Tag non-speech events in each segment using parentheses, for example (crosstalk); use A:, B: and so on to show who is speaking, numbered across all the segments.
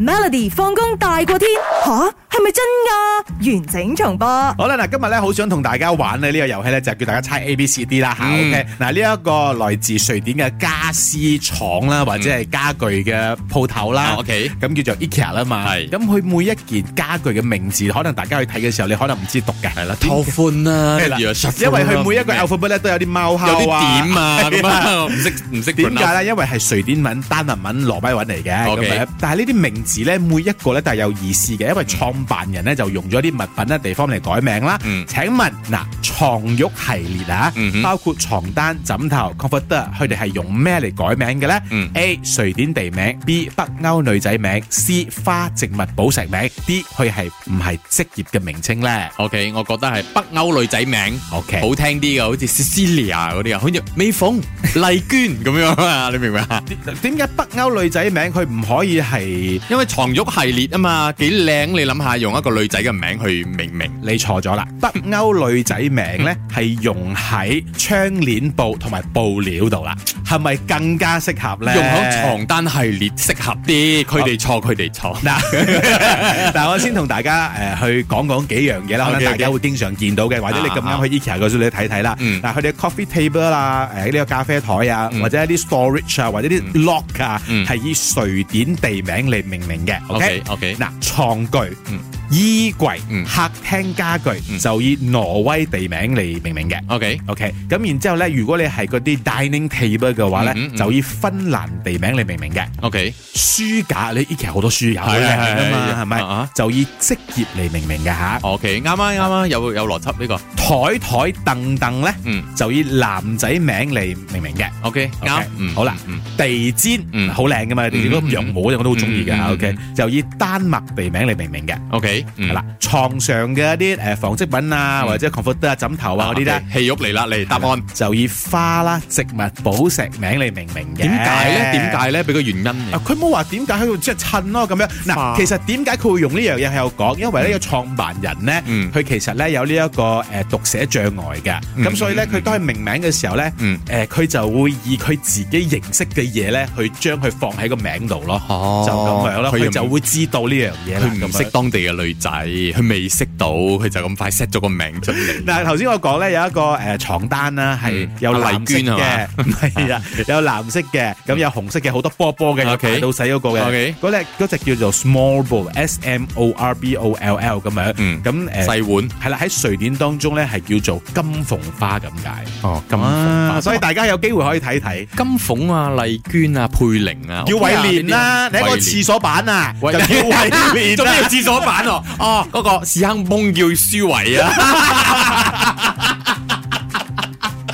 A: Melody 放工大過天吓，係咪真㗎？完整重播。
B: 好啦，嗱，今日咧好想同大家玩咧呢個遊戲咧，就係叫大家猜 A、B、C、D 啦吓。OK，嗱呢
C: 嗯
B: 一個來自瑞典嘅家私廠啦，或者係家具嘅鋪頭啦。
C: 啊，OK
B: 咁叫做 IKEA 啦嘛。
C: 係
B: 咁佢每一件家具嘅名字，可能大家去睇嘅時候，你可能唔知讀嘅。係啦
C: 拓寬啦，
B: 係啦，
C: 跟住又實
B: 因為
C: 寬啦
B: 佢每一個 alphabet 咧都有啲貓
C: 有啲
B: 口啊。 (laughs)
C: 點啊咁啊，唔識唔識
B: 點
C: pronounce
B: 解咧？因為係瑞典文、丹麥文、挪威文嚟嘅
C: OK
B: 咁樣但係呢啲名字咧，每一個咧都係有意思嘅，因為創辦人咧就用咗啲物品啊咧地方嚟改名啦。
C: 嗯
B: 請問嗱，床褥系列啊，
C: 嗯哼
B: 包括床單、枕頭、comforter，佢哋係用咩嚟改名嘅咧、
C: 嗯
B: a 瑞典地名，B 北歐女仔名，C 花植物寶石名，D 佢係唔係職業嘅名稱咧
C: OK，我覺得係北歐女仔名
B: ？OK，
C: 好聽啲嘅，好似 Cecilia 嗰啲啊，好似美鳳、麗娟咁樣
B: (laughs)
C: 啊，你明唔明啊？
B: 點點解北歐女仔名佢唔可以係？
C: 因為床褥系列啊嘛，幾靚，你諗下用一個女仔嘅名去命名。
B: 你錯咗啦！北歐女仔名咧係用喺窗簾布同埋布料度啦，係咪更加適合咧？
C: 用響床單系列適合啲，佢哋錯，佢哋錯。
B: 嗱， (laughs) 嗱我先同大家誒、呃去講講幾樣嘢啦，可能
C: OK，OK
B: 大家會經常見到嘅，或者你咁啱去 IKEA 嗰度你睇睇啦。
C: 啊嗯
B: 嗱，佢哋嘅 coffee table 啦，誒呢個咖啡台啊，
C: 嗯
B: 或者一啲 storage 啊，或者啲 lock 啊，
C: 嗯
B: 係以瑞典地名嚟命名嘅。OK，
C: OK，OK，
B: 嗱，床具
C: 嗯、
B: 衣櫃、
C: 嗯
B: 客廳家具
C: 嗯
B: 就以挪威地名嚟命名嘅。
C: OK，
B: OK，咁然之後咧，如果你係嗰啲 dining table 嘅話咧，
C: 嗯嗯嗯
B: 就以芬蘭地名嚟命名嘅。
C: OK，
B: 書架你依期好多書架嘅
C: 係
B: 㗎
C: 係係
B: 嘛，係
C: 啊
B: 咪
C: 啊？
B: 就以職業嚟命名嘅吓。
C: OK，啱啊，啱啊，有有邏輯呢個。
B: 台台凳凳咧，
C: 嗯
B: 就以男仔名嚟命名嘅。
C: ，OK，啱
B: OK，。
C: 嗯
B: 好啦
C: 嗯
B: 地氈
C: 嗯
B: 好靚噶嘛，地氈嗰個羊毛我都好中意嘅
C: 嗯嗯嗯
B: 嚇。OK，就以丹麥地名嚟命名嘅。
C: ，OK，係
B: 係啦，床上嘅一啲誒紡織品啊，
C: 嗯
B: 或者 comfort 啊、枕頭啊嗰啲咧。
C: OK，戲肉嚟啦，嚟答案。
B: 就以花啦、植物、寶石名嚟命名嘅。
C: 點解咧？點？解咧？俾個原因你
B: 啊！佢冇話點解喺度即係襯咯咁樣。
C: 花
B: 嗱，其實點解佢會用呢樣嘢喺度講？因為呢個創辦人咧，
C: 嗯
B: 佢其實咧有呢一個誒讀寫障礙嘅，
C: 嗯
B: 咁所以咧佢當佢命名嘅時候咧
C: 嗯，
B: 誒佢就會以佢自己認識嘅嘢咧，去將佢放喺個名度咯，
C: 哦
B: 就咁樣咯，
C: 佢又
B: 佢
C: 唔
B: 就會知道呢樣嘢啦。
C: 佢唔
B: 咁啊
C: 識
B: 樣
C: 當地嘅女仔，佢未識到，佢就咁快 set 咗個名出嚟。
B: 嗱，頭先我講咧有一個誒床單啦，係
C: 嗯
B: 有藍色嘅
C: 阿，
B: 唔係
C: (laughs)
B: 啊，有藍色嘅，咁有紅色嘅，好多波波嘅，有
C: OK
B: 大到細嗰個嘅
C: OK，
B: 嗰隻嗰隻叫做 Smallbowl，S M O R B O L L 咁樣，
C: 嗯
B: 咁誒
C: 細碗
B: 係啦，喺瑞典當中咧係叫做金鳳花咁解，
C: 哦，
B: 啊，所以大家有機會可以睇睇，
C: 金鳳啊、麗娟啊、佩玲啊，
B: 叫
C: 我
B: 偉
C: 覺得
B: 蓮啦，
C: 啊
B: 你
C: 呢
B: 喺
C: 啲
B: 個廁所啊版啊，就
C: 偉
B: 叫偉蓮
C: (laughs) 做
B: 啦
C: 咩要廁所版哦？哦，嗰個屎坑崩叫舒維啊！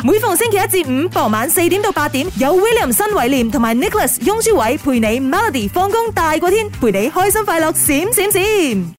A: 每逢星期一至五傍晚四點到八點，有 William 新偉廉同埋 Nicholas 雍舒偉陪你 Melody 放工大過天，陪你開心快樂閃閃閃。